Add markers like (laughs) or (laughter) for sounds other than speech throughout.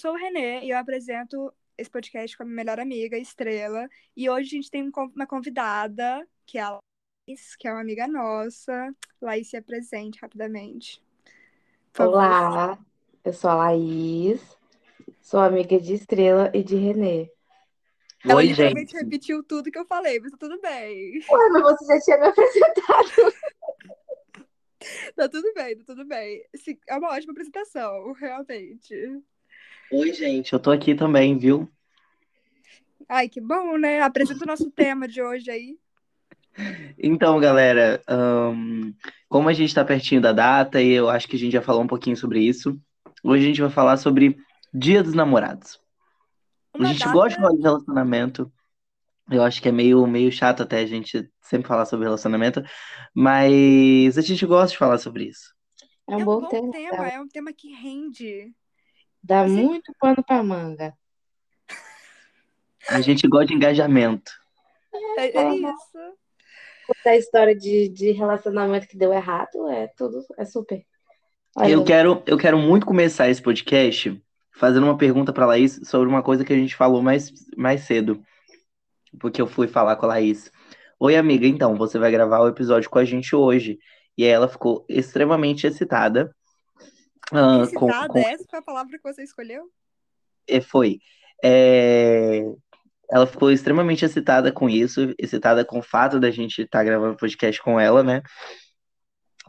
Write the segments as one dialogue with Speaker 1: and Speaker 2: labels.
Speaker 1: sou o Renê e eu apresento esse podcast com a minha melhor amiga, Estrela. E hoje a gente tem um con- uma convidada, que é a Laís, que é uma amiga nossa. Laís, se apresente rapidamente. Por favor.
Speaker 2: Olá, eu sou a Laís, sou amiga de Estrela e de Renê.
Speaker 1: Ela
Speaker 3: Oi,
Speaker 1: literalmente
Speaker 3: gente.
Speaker 1: repetiu tudo que eu falei, mas tá tudo bem.
Speaker 2: Ué, mas você já tinha me apresentado.
Speaker 1: Tá tudo bem, tá tudo bem. Se- É uma ótima apresentação, (laughs) realmente.
Speaker 3: Oi, gente. Eu tô aqui também, viu?
Speaker 1: Ai, que bom, né? Apresenta o nosso tema de hoje aí.
Speaker 3: Então, galera, ahn, como a gente tá pertinho da data e eu acho que a gente já falou um pouquinho sobre isso, hoje a gente vai falar sobre Dia dos Namorados.
Speaker 1: Uma
Speaker 3: a gente
Speaker 1: data-
Speaker 3: gosta de falar de relacionamento. Eu acho que é meio, meio chato até a gente sempre falar sobre relacionamento, mas a gente gosta de falar sobre isso.
Speaker 2: É
Speaker 1: É
Speaker 2: um bom tema,
Speaker 1: tema, é um tema que rende.
Speaker 2: dá
Speaker 1: Sim.
Speaker 2: muito pano pra manga.
Speaker 3: A gente gosta de engajamento.
Speaker 1: É, é
Speaker 2: Fala mal.
Speaker 1: isso.
Speaker 2: Contar a história de, de relacionamento que deu errado é tudo, é super. Olha,
Speaker 3: Eu quero, eu quero muito começar esse podcast fazendo uma pergunta para Laís sobre uma coisa que a gente falou mais, mais cedo, porque eu fui falar com a Laís. Oi, amiga, então, você vai gravar o episódio com a gente hoje. E aí ela ficou extremamente excitada. ah, com-
Speaker 1: Excitada,
Speaker 3: com-
Speaker 1: essa foi a palavra que você escolheu?
Speaker 3: é, foi. É, Ela ficou extremamente excitada com isso, excitada com o fato da gente estar gravando podcast com ela, né?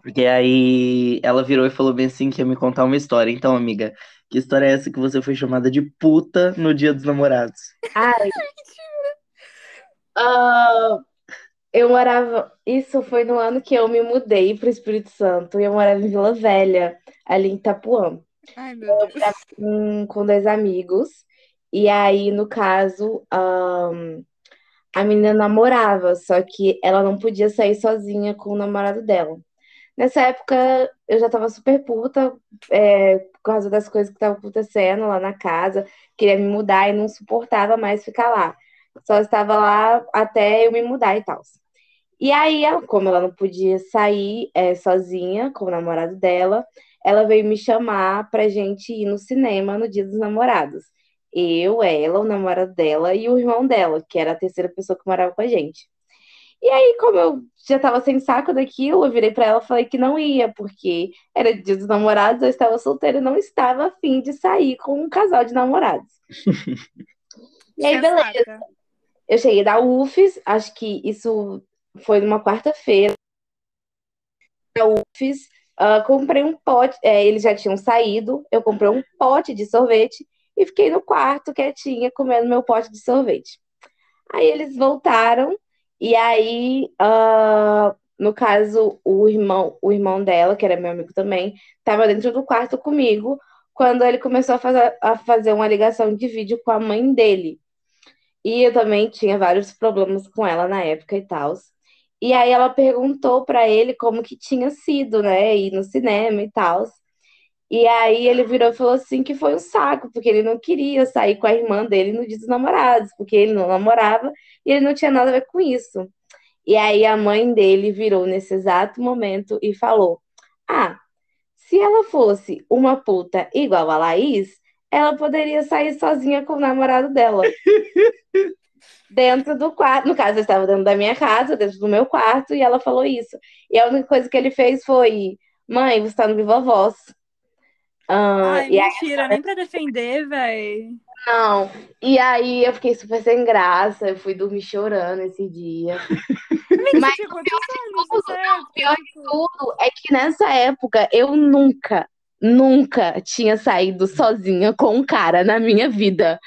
Speaker 3: Porque aí ela virou e falou bem assim que ia me contar uma história. Então, amiga, que história é essa que você foi chamada de puta no Dia dos Namorados?
Speaker 2: ai. Ah, eu morava. Isso foi no ano que eu me mudei pro Espírito Santo e eu morava em Vila Velha, ali em Itapuã.
Speaker 1: Ai, meu
Speaker 2: É,
Speaker 1: Deus.
Speaker 2: com, com dois amigos. E aí, no caso, ahn, a menina namorava, só que ela não podia sair sozinha com o namorado dela. Nessa época, eu já tava super puta, é, por causa das coisas que estavam acontecendo lá na casa. Queria me mudar e não suportava mais ficar lá. Só estava lá até eu me mudar e tal. E aí, ela- como ela não podia sair, é, sozinha com o namorado dela, ela veio me chamar pra gente ir no cinema no Dia dos Namorados. Eu, ela, o namorado dela e o irmão dela, que era a terceira pessoa que morava com a gente. E aí, como eu já tava sem saco daquilo, eu virei pra ela e falei que não ia, porque era Dia dos Namorados, eu estava solteira e não estava afim de sair com um casal de namorados. E aí, beleza.
Speaker 1: Sensata.
Speaker 2: Eu cheguei da UFES, acho que isso foi numa quarta-feira. Da UFES, ah, comprei um pote, é, eles já tinham saído, eu comprei um pote de sorvete e fiquei no quarto quietinha comendo meu pote de sorvete. Aí eles voltaram e aí, ah, no caso, o irmão, o irmão dela, que era meu amigo também, estava dentro do quarto comigo quando ele começou a fazer, a fazer uma ligação de vídeo com a mãe dele. E eu também tinha vários problemas com ela na época e tal. E aí ela perguntou pra ele como que tinha sido, né, ir no cinema e tal. E aí ele virou e falou assim que foi um saco, porque ele não queria sair com a irmã dele no Dia dos Namorados, porque ele não namorava e ele não tinha nada a ver com isso. E aí a mãe dele virou nesse exato momento e falou: "Ah, se ela fosse uma puta igual a Laís, ela poderia sair sozinha com o namorado dela." dentro do quarto. No caso, eu estava dentro da minha casa, dentro do meu quarto, e ela falou isso. E a única coisa que ele fez foi: Mãe, você está no Viva Voz. Ah,
Speaker 1: Ai,
Speaker 2: e aí,
Speaker 1: mentira, nem pra defender, véi.
Speaker 2: não. E aí eu fiquei super sem graça, eu fui dormir chorando esse dia.
Speaker 1: Amiga,
Speaker 2: Mas assim,
Speaker 1: você tinha quantos anos? nessa
Speaker 2: tudo,
Speaker 1: época?
Speaker 2: pior Tudo é que nessa época eu nunca, nunca tinha saído sozinha com um cara na minha vida.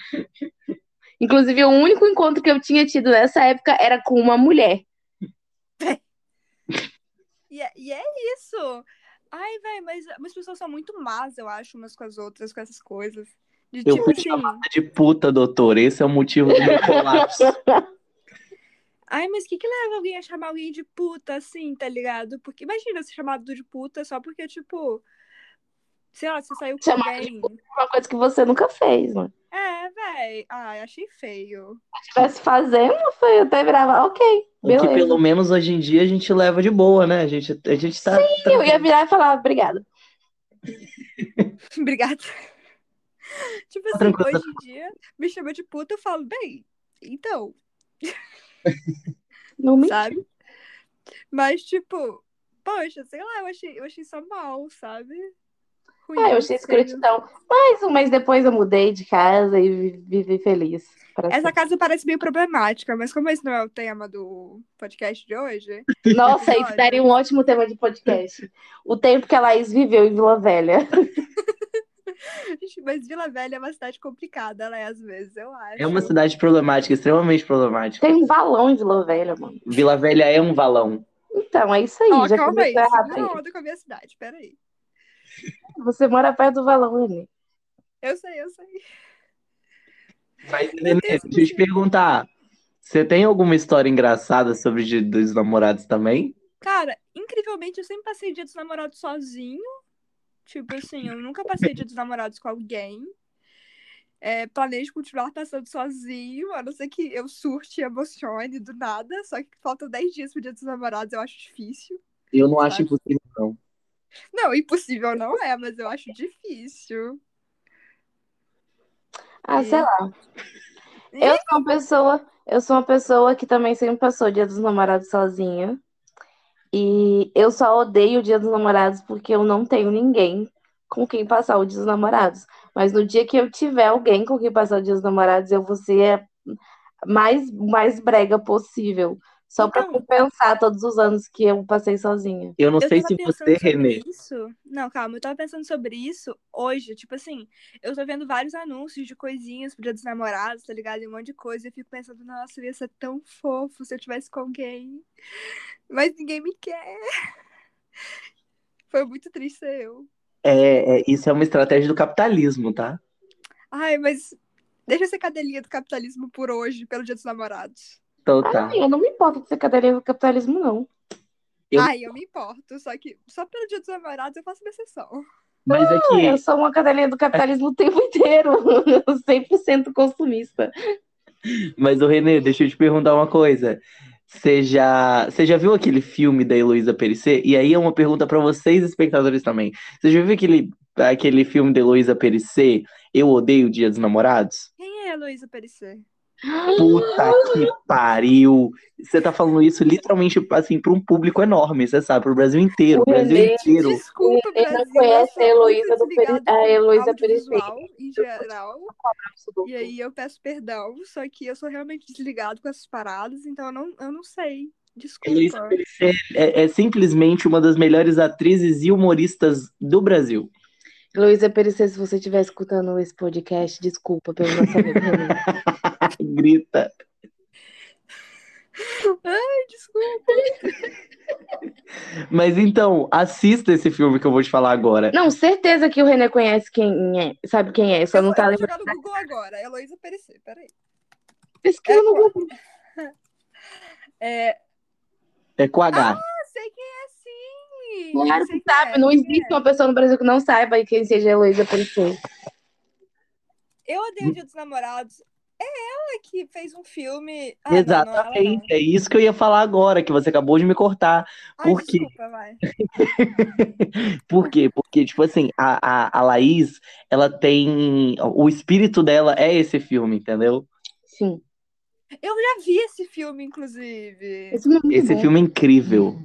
Speaker 2: Inclusive, o único encontro que eu tinha tido nessa época era com uma mulher.
Speaker 1: E é, e é isso. Ai, véi, mas mas as pessoas são muito más, eu acho, umas com as outras, com essas coisas. De
Speaker 3: Eu
Speaker 1: tipo
Speaker 3: fui
Speaker 1: assim.
Speaker 3: De puta, doutor, esse é o motivo do (laughs) meu colapso.
Speaker 1: Ai, mas o que que leva alguém a chamar alguém de puta assim, tá ligado? Porque imagina ser chamado de puta só porque, tipo. Sei lá, você saiu com
Speaker 2: Chamado
Speaker 1: alguém.
Speaker 2: Uma coisa que você nunca fez, mano.
Speaker 1: É, véi. Ai, achei feio.
Speaker 2: estivesse fazendo, foi, eu até virava, ok,
Speaker 3: O que
Speaker 2: beleza.
Speaker 3: pelo menos hoje em dia a gente leva de boa, né? A gente, a gente tá.
Speaker 1: (laughs)
Speaker 2: Eu ia virar e falar, obrigada.
Speaker 1: Obrigada.
Speaker 2: Tá
Speaker 1: Tipo assim,
Speaker 3: Tranquilo.
Speaker 1: hoje em dia, me chama de puta, eu falo, bem, então,
Speaker 2: Não me
Speaker 1: sabe? Mas, tipo, poxa, sei lá, eu achei, eu achei só mal, sabe? Ruim,
Speaker 2: Ah, eu
Speaker 1: feio.
Speaker 2: achei escrotidão. Mas um mês depois eu mudei de casa e vi- vivi feliz. pra
Speaker 1: Essa
Speaker 2: sempre.
Speaker 1: casa parece meio problemática, mas como esse não é o tema do podcast de hoje, (laughs)
Speaker 2: Nossa, isso
Speaker 1: episódio.
Speaker 2: daria um ótimo tema de podcast. O tempo que a Laís viveu em Vila Velha.
Speaker 1: mas Vila Velha é uma cidade complicada, né? Às vezes, eu acho.
Speaker 3: É uma cidade problemática, extremamente problemática.
Speaker 2: Tem um valão em Vila Velha, mano.
Speaker 3: Vila Velha é um valão.
Speaker 2: Então, é isso aí.
Speaker 1: Ó,
Speaker 2: já
Speaker 1: calma aí,
Speaker 2: começou errado
Speaker 1: segura
Speaker 2: aí.
Speaker 1: a onda com a minha cidade, peraí.
Speaker 2: Você mora perto do valão, Anne.
Speaker 1: Eu sei, eu sei.
Speaker 3: Mas, Helena, deixa eu te perguntar. Você tem alguma história engraçada sobre Dia dos Namorados também?
Speaker 1: Cara, incrivelmente, eu sempre passei dia dos namorados sozinho. Tipo assim, eu nunca passei dia dos namorados com alguém. É, planejo continuar passando sozinho, a não ser que eu surte e emocione do nada. Só que faltam 10 dias pro dia dos namorados, eu acho difícil.
Speaker 3: Eu não acho
Speaker 1: Claro.
Speaker 3: impossível, não.
Speaker 1: Não, impossível não é, mas eu acho difícil.
Speaker 2: Ah,
Speaker 1: E-
Speaker 2: sei lá. Eu sou uma pessoa, eu sou uma pessoa que também sempre passou o Dia dos Namorados sozinha. E eu só odeio o Dia dos Namorados porque eu não tenho ninguém com quem passar o Dia dos Namorados. Mas no dia que eu tiver alguém com quem passar o Dia dos Namorados, eu vou ser a mais mais brega possível, só pra
Speaker 1: Então-
Speaker 2: compensar todos os anos que eu passei sozinha.
Speaker 3: Eu não
Speaker 1: Eu
Speaker 3: sei
Speaker 1: tava
Speaker 3: se
Speaker 1: pensando
Speaker 3: você,
Speaker 1: sobre
Speaker 3: Renê.
Speaker 1: isso. Não, calma, eu tava pensando sobre isso hoje. Tipo assim, eu tô vendo vários anúncios de coisinhas pro dia dos namorados, tá ligado? E um monte de coisa. E eu fico pensando, nossa, eu ia ser tão fofo se eu tivesse com alguém. Mas ninguém me quer. Foi muito triste ser eu.
Speaker 3: É, é, isso é uma estratégia do capitalismo, tá?
Speaker 1: Ai, mas deixa eu ser cadelinha do capitalismo por hoje, pelo dia dos namorados.
Speaker 3: Então
Speaker 2: Ah,
Speaker 3: tá.
Speaker 2: não, eu não me importo de ser cadeira do capitalismo, não.
Speaker 3: Eu-
Speaker 1: Ai, eu me importo. Só que só pelo dia dos namorados eu faço uma exceção.
Speaker 3: Mas é que
Speaker 2: Eu sou uma cadelinha do capitalismo o tempo inteiro. (laughs) Eu 100% consumista.
Speaker 3: Mas, ô Renê, deixa eu te perguntar uma coisa. Você já, você já viu aquele filme da Heloísa Perissé? E aí é uma pergunta pra vocês, espectadores, também. Você já viu aquele, aquele filme da Heloísa Perissé, Eu Odeio o Dia dos Namorados?
Speaker 1: Quem é a Luísa Perecer?
Speaker 3: Puta que pariu! Você tá falando isso literalmente, assim, pra um público enorme, você sabe, pro Brasil inteiro,
Speaker 2: O
Speaker 3: o Brasil
Speaker 2: Renê-
Speaker 3: inteiro.
Speaker 1: Desculpa,
Speaker 2: Ele não
Speaker 1: Brasil.
Speaker 2: conhece
Speaker 1: eu sou
Speaker 2: a Heloísa
Speaker 1: muito
Speaker 2: do Peri-
Speaker 1: desligada
Speaker 2: a
Speaker 1: com
Speaker 2: Heloísa
Speaker 1: audiovisual em geral. E aí eu peço perdão, só que eu sou realmente desligado com essas paradas, então eu não, eu não sei.
Speaker 3: Heloísa
Speaker 1: Desculpa.
Speaker 3: Perissé é, é simplesmente uma das melhores atrizes e humoristas do Brasil.
Speaker 2: Luísa Perecer, se você estiver escutando esse podcast, desculpa pelo não saber. é
Speaker 3: Grita.
Speaker 1: Ai, desculpa.
Speaker 3: Mas então, assista esse filme que eu vou te falar agora.
Speaker 2: não, certeza que o René conhece quem é, sabe quem é, só não
Speaker 1: eu
Speaker 2: tá
Speaker 1: vou
Speaker 2: lembrando.
Speaker 1: jogar no Google agora. Heloísa Perecer, peraí.
Speaker 2: Pesquisa no Google.
Speaker 1: É,
Speaker 3: É com H.
Speaker 1: eu sei quem é sim.
Speaker 2: Claro
Speaker 1: Eu sei
Speaker 2: que
Speaker 1: quem
Speaker 2: sabe,
Speaker 1: é.
Speaker 2: não existe uma pessoa no Brasil que não saiba quem seja a Heloísa Perecer.
Speaker 1: Eu odeio o Dia dos Namorados. É ela que fez um filme. Ah, não, não, ela não.
Speaker 3: Exatamente. É isso que eu ia falar agora, que você acabou de me cortar.
Speaker 1: Ai,
Speaker 3: Por quê?
Speaker 1: desculpa, vai.
Speaker 3: Por quê? Porque, tipo assim, a, a, a Laís, ela tem. O espírito dela é esse filme, entendeu?
Speaker 2: Sim.
Speaker 1: Eu já vi esse filme, inclusive.
Speaker 2: Esse filme é muito
Speaker 3: Esse
Speaker 2: bom.
Speaker 3: filme é incrível.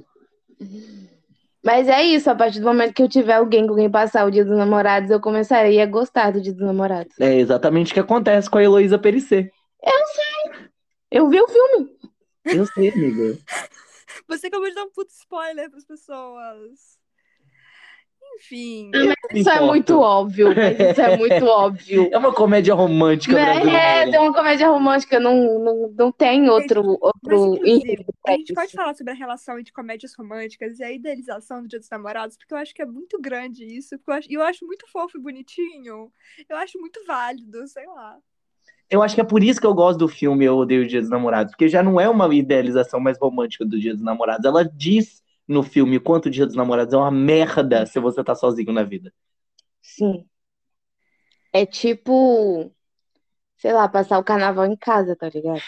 Speaker 2: Mas é isso, a partir do momento que eu tiver alguém com quem passar o dia dos namorados, eu começarei a gostar do dia dos namorados.
Speaker 3: É exatamente o que acontece com a Heloísa Perissé.
Speaker 2: Eu vi o filme.
Speaker 3: Eu sei, amiga.
Speaker 1: Você acabou de dar um puto spoiler pras pessoas. Enfim.
Speaker 3: Me
Speaker 2: Isso é
Speaker 3: importo.
Speaker 2: muito óbvio. mas Isso é muito óbvio.
Speaker 3: É uma comédia romântica
Speaker 2: É,
Speaker 3: brasileira.
Speaker 2: tem uma comédia romântica, não, não, não tem outro,
Speaker 1: Mas,
Speaker 2: outro
Speaker 1: inclusive,
Speaker 2: enredo pra
Speaker 1: a gente
Speaker 2: isso.
Speaker 1: pode falar sobre a relação entre comédias românticas e a idealização do Dia dos Namorados, porque eu acho que é muito grande isso. porque eu acho- E eu, acho muito fofo e bonitinho. Eu acho muito válido, sei lá.
Speaker 3: Eu acho que é por isso que eu gosto do filme Eu Odeio o Dia dos Namorados, porque já não é uma idealização mais romântica do Dia dos Namorados. Ela diz no filme o quanto o Dia dos Namorados é uma merda se você tá sozinho na vida. (laughs)
Speaker 2: Sim. É tipo, sei lá, passar o carnaval em casa, tá ligado?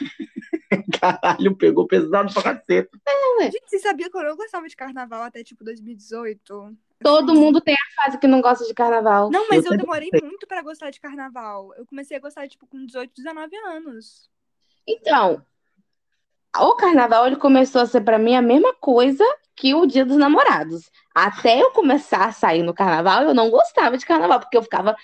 Speaker 3: Caralho, pegou pesado pra caceta.
Speaker 1: Gente, você sabia que eu não gostava de carnaval até tipo 2018?
Speaker 2: Todo mundo tem a fase que não gosta de carnaval.
Speaker 1: Não, mas eu
Speaker 3: também
Speaker 1: demorei
Speaker 3: sei.
Speaker 1: muito pra gostar de carnaval. Eu comecei a gostar, tipo, com 18, 19 anos.
Speaker 2: Então, o carnaval ele começou a ser pra mim a mesma coisa que o Dia dos Namorados. Até eu começar a sair no carnaval, eu não gostava de carnaval, porque eu ficava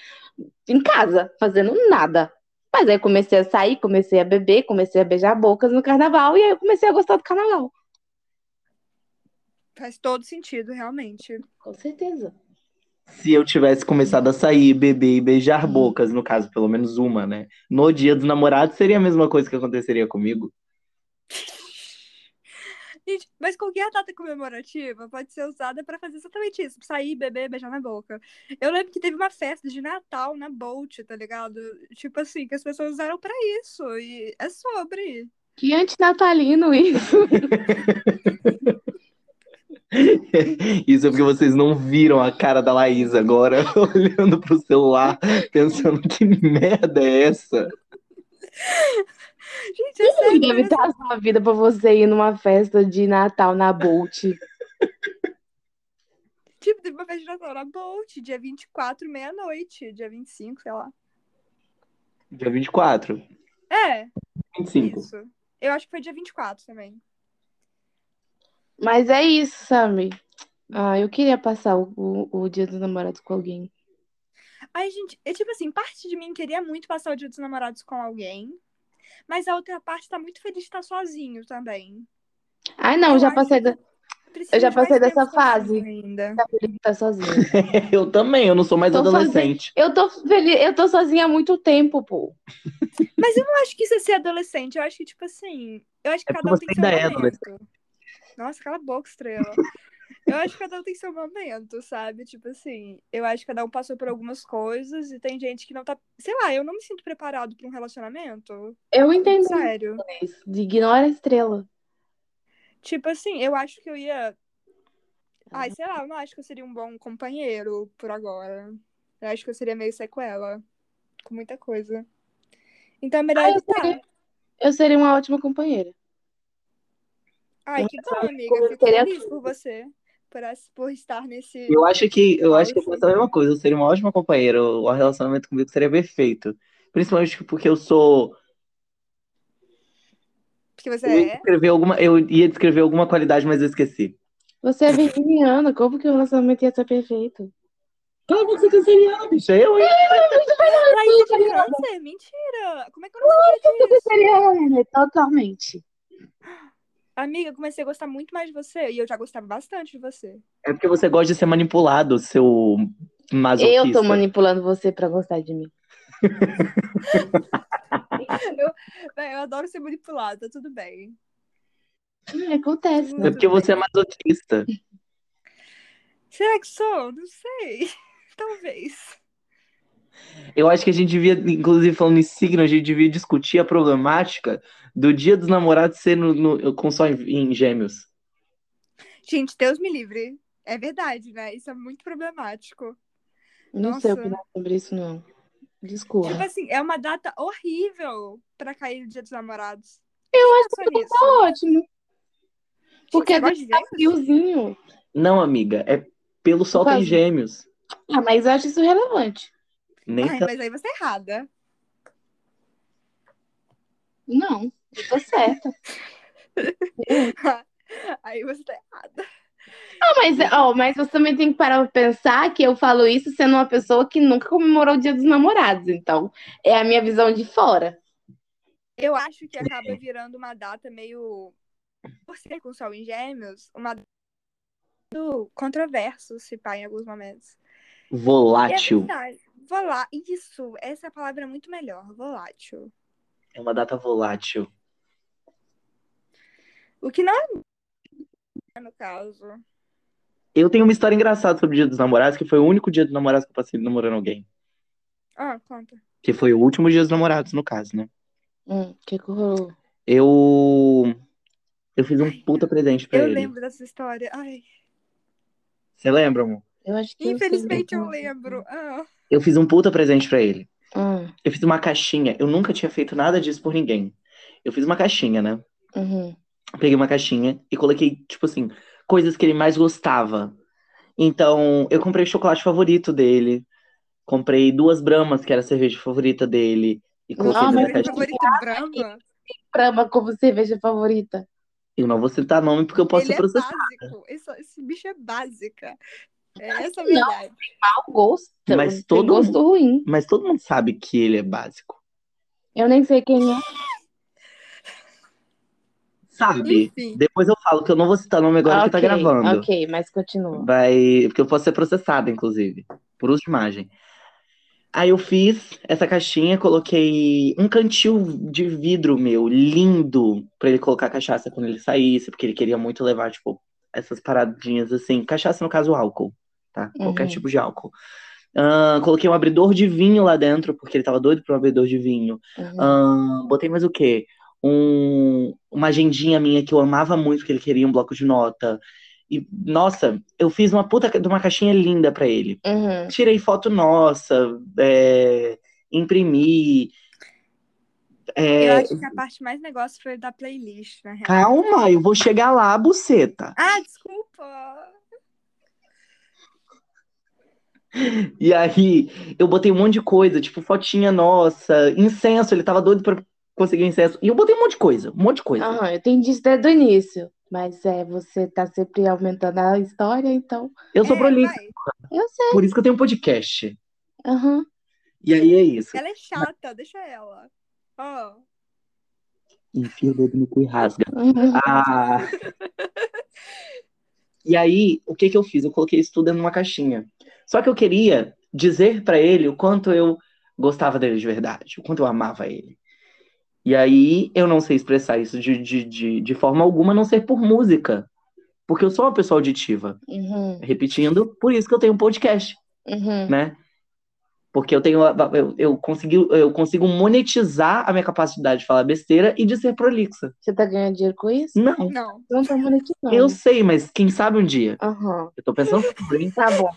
Speaker 2: em casa, fazendo nada. Mas aí eu comecei a sair, comecei a beber, comecei a beijar bocas no carnaval, e aí eu comecei a gostar do carnaval.
Speaker 1: Faz todo sentido, realmente.
Speaker 2: Com certeza.
Speaker 3: Se eu tivesse começado a sair, beber e beijar bocas, no caso, pelo menos uma, né? No dia dos namorados, seria a mesma coisa que aconteceria comigo.
Speaker 1: Gente, mas qualquer data comemorativa pode ser usada pra fazer exatamente isso. Sair, beber, beijar na boca. Eu lembro que teve uma festa de Natal na Bolt, tá ligado? Tipo assim, que as pessoas usaram pra isso. E é sobre. (laughs)
Speaker 2: Que antinatalino isso.
Speaker 3: Isso é porque vocês não viram a cara da Laís agora, (laughs) olhando pro celular, pensando que merda é essa?
Speaker 1: Gente, é sério.
Speaker 2: Deve estar a sua vida pra você ir numa festa de Natal na Bolt.
Speaker 1: Tipo, teve uma festa de Natal na Bolt, dia 24, meia-noite. Dia 25, sei lá.
Speaker 3: Dia 24,
Speaker 1: É,
Speaker 3: 25.
Speaker 1: isso. Eu acho que foi dia 24 também.
Speaker 2: Mas é isso, Sammy. Ah, eu queria passar o, o, o dia dos namorados com alguém.
Speaker 1: Ai, gente, é tipo assim, parte de mim queria muito passar o dia dos namorados com alguém. Mas a outra parte tá muito feliz de estar sozinho também.
Speaker 2: Ai, não,
Speaker 1: Eu
Speaker 2: já
Speaker 1: acho
Speaker 2: passei da,
Speaker 1: Preciso
Speaker 2: Eu já
Speaker 1: de mais
Speaker 2: passei dessa
Speaker 1: tempo sozinho
Speaker 2: fase.
Speaker 1: Ainda.
Speaker 2: da feliz de estar sozinha.
Speaker 3: É, Eu também, eu não sou mais
Speaker 2: Tô
Speaker 3: adolescente.
Speaker 2: Eu tô feliz, eu tô sozinha há muito tempo, pô.
Speaker 1: Mas eu não acho que isso é ser adolescente. Eu acho que, tipo assim, eu acho que
Speaker 3: É
Speaker 1: cada
Speaker 3: porque
Speaker 1: um tem
Speaker 3: você
Speaker 1: seu
Speaker 3: ainda é
Speaker 1: momento. Nossa, cala a boca, estrela. Eu acho que cada um tem seu momento, sabe? Tipo assim, eu acho que cada um passou por algumas coisas e tem gente que não tá. Sei lá, eu não me sinto preparado pra um relacionamento.
Speaker 2: Eu entendo
Speaker 1: Sério.
Speaker 2: isso. De Ignora a estrela.
Speaker 1: Tipo assim, eu acho que eu ia. Ai, sei lá, eu não acho que eu seria um bom companheiro por agora. Eu acho que eu seria meio sequela. Com muita coisa. Então é melhor
Speaker 2: Ah, eu
Speaker 1: evitar.
Speaker 2: seria- Eu seria uma ótima companheira.
Speaker 1: Ai,
Speaker 2: Eu
Speaker 1: que
Speaker 2: só
Speaker 1: bom, amiga.
Speaker 2: como
Speaker 1: Fico
Speaker 2: seria
Speaker 1: feliz por você. Por, as- por estar nesse.
Speaker 3: Eu acho que eu acho que eu
Speaker 1: Auge.
Speaker 3: faço a mesma coisa, eu seria uma ótima companheira, o o relacionamento comigo seria perfeito. Principalmente porque eu sou.
Speaker 1: Porque você
Speaker 3: Eu ia
Speaker 1: é.
Speaker 3: descrever alguma, eu ia descrever alguma qualidade, mas eu esqueci.
Speaker 2: Você é virginiana, como que o relacionamento ia ser perfeito?
Speaker 3: Cala a boca, você é canceriana, bicha. Eu, hein?
Speaker 1: Laís de câncer? Mentira! Como é que eu não sabia
Speaker 2: Eu
Speaker 1: disso?
Speaker 2: seria Helena, totalmente.
Speaker 1: Amiga, eu comecei a gostar muito mais de você. E eu já gostava bastante de você. (laughs)
Speaker 3: É porque você gosta de ser manipulado, seu masoquista.
Speaker 2: Eu tô manipulando você pra gostar de mim.
Speaker 1: Véi, eu adoro ser manipulada, tá tudo bem.
Speaker 2: Hum, Acontece, né?
Speaker 3: É porque você é masoquista.
Speaker 1: Será que sou? Não sei. (laughs) Talvez.
Speaker 3: Eu acho que a gente devia, inclusive falando em signo, a gente devia discutir a problemática do dia dos namorados ser no, no- com sol em, em gêmeos.
Speaker 1: Gente, Deus me livre. É verdade, né? Isso é muito problemático.
Speaker 2: Não sei
Speaker 1: Nossa.
Speaker 2: opinar sobre isso, não.
Speaker 1: Tipo
Speaker 2: Desculpa.
Speaker 1: assim, é uma data horrível pra cair no Dia dos Namorados.
Speaker 2: Eu acho
Speaker 1: Pensa nisso.
Speaker 2: que tá ótimo. Porque
Speaker 1: você
Speaker 2: às
Speaker 1: gosta
Speaker 2: vezes
Speaker 1: de
Speaker 2: tá
Speaker 1: gêmeos?
Speaker 2: friozinho.
Speaker 3: Não, amiga, é pelo sol
Speaker 2: Por
Speaker 3: tem
Speaker 2: causa-
Speaker 3: gêmeos.
Speaker 2: Ah, mas eu acho isso relevante.
Speaker 3: Nem
Speaker 1: Ai,
Speaker 3: tá-
Speaker 1: mas aí você é errada.
Speaker 2: Não, eu tô certa.
Speaker 1: aí você tá errada.
Speaker 2: Ah, mas, ó, mas você também tem que parar pra pensar que eu falo isso sendo uma pessoa que nunca comemorou o Dia dos Namorados. Então, é a minha visão de fora.
Speaker 1: Eu acho que acaba virando uma data meio. Por ser com o Sol em Gêmeos, uma data meio controverso, se pá, em alguns momentos. E é
Speaker 3: Volátil.
Speaker 1: verdade. Volá... Isso, essa é a palavra muito melhor. Volátil.
Speaker 3: É uma data volátil.
Speaker 1: O que não é no caso.
Speaker 3: Eu tenho uma história engraçada sobre o dia dos namorados, que foi o único dia dos namorados que eu passei namorando alguém.
Speaker 1: Ah, conta.
Speaker 3: Que foi o último dia dos namorados, no caso, né?
Speaker 2: Hum, que horror.
Speaker 3: Eu. Eu fiz um puta presente pra
Speaker 1: Eu
Speaker 3: ele.
Speaker 1: lembro dessa história. Ai.
Speaker 3: Você lembra, amor?
Speaker 2: Eu acho que eu sei
Speaker 1: Infelizmente eu
Speaker 2: mesmo.
Speaker 1: lembro. Ah.
Speaker 3: Eu fiz um puta presente pra ele.
Speaker 2: Ah,
Speaker 3: Eu fiz uma caixinha. Eu nunca tinha feito nada disso por ninguém. Eu fiz uma caixinha, né?
Speaker 2: uhum.
Speaker 3: Peguei uma caixinha e coloquei, tipo assim, coisas que ele mais gostava. Então, eu comprei o chocolate favorito dele. Comprei duas bramas, que era a cerveja favorita dele. E coloquei
Speaker 2: Nossa,
Speaker 1: Nossa,
Speaker 3: no
Speaker 1: meu
Speaker 2: mas
Speaker 3: resto-
Speaker 1: favorito Brahma.
Speaker 2: Brahma como cerveja favorita.
Speaker 3: Eu não vou citar nome porque eu posso
Speaker 1: Ele
Speaker 3: ser
Speaker 1: é
Speaker 3: processado.
Speaker 1: básico. Esse, esse bicho é básica. É essa a
Speaker 2: Não.
Speaker 1: verdade.
Speaker 2: Mau um gosto.
Speaker 3: Mas
Speaker 2: tem
Speaker 3: todo
Speaker 2: gosto ruim.
Speaker 3: Mas todo mundo sabe que ele é básico.
Speaker 2: Eu nem sei quem é.
Speaker 3: Sabe?
Speaker 1: Enfim.
Speaker 3: Depois eu falo que eu não vou citar nome agora que tá
Speaker 2: Ok,
Speaker 3: gravando.
Speaker 2: Ok, mas continua.
Speaker 3: Vai. Porque eu posso ser processado, inclusive, por uso de imagem. Aí eu fiz essa caixinha, coloquei um cantil de vidro meu, lindo, pra ele colocar cachaça quando ele saísse, porque ele queria muito levar, tipo, essas paradinhas assim. Cachaça, no caso, álcool, tá? Qualquer
Speaker 2: Uhum.
Speaker 3: tipo de álcool. Ahn, coloquei um abridor de vinho lá dentro, porque ele tava doido pro abridor de vinho.
Speaker 2: Uhum.
Speaker 3: Ahn, botei mais o quê? Um, uma agendinha minha que eu amava muito, que ele queria um bloco de nota. E, nossa, eu fiz uma puta ca- de uma caixinha linda pra ele.
Speaker 2: Uhum.
Speaker 3: Tirei foto nossa, é, imprimi.
Speaker 1: Eu
Speaker 3: é,
Speaker 1: acho que a parte mais negócio foi da playlist, na real.
Speaker 3: Calma, eu vou chegar lá, buceta.
Speaker 1: Ah, desculpa!
Speaker 3: E aí, eu botei um monte de coisa, tipo fotinha nossa, incenso, ele tava doido pra conseguir incenso. E eu botei um monte de coisa, um monte de coisa.
Speaker 2: Aham, eu entendi isso desde o início. Mas é, você tá sempre aumentando a história, então.
Speaker 3: Eu sou
Speaker 1: É,
Speaker 3: prolixo,
Speaker 1: vai.
Speaker 2: Eu sei.
Speaker 3: por isso que eu tenho um podcast.
Speaker 2: Aham.
Speaker 3: E aí é isso.
Speaker 1: Ela é chata, deixa ela. Ó,
Speaker 3: Enfia o dedo no cu e
Speaker 2: (laughs)
Speaker 3: rasga.
Speaker 2: Uhum.
Speaker 3: Ah. E aí, o que que eu fiz? Eu coloquei isso tudo dentro de uma caixinha. Só que eu queria dizer pra ele o quanto eu gostava dele de verdade, o quanto eu amava ele. E aí, eu não sei expressar isso de, de, de, de forma alguma, a não ser por música. Porque eu sou uma pessoa auditiva.
Speaker 2: Uhum.
Speaker 3: Repetindo, por isso que eu tenho um podcast,
Speaker 2: Uhum.
Speaker 3: né? Porque eu tenho. a- Eu, eu, consegui, eu consigo monetizar a minha capacidade de falar besteira e de ser prolixa.
Speaker 2: Você tá ganhando dinheiro com isso?
Speaker 3: Não,
Speaker 1: não.
Speaker 2: Não tá monetizando.
Speaker 3: Hum. eu sei, mas quem sabe um dia.
Speaker 2: Aham.
Speaker 3: Eu tô pensando sobre, hein?
Speaker 2: Tá bom.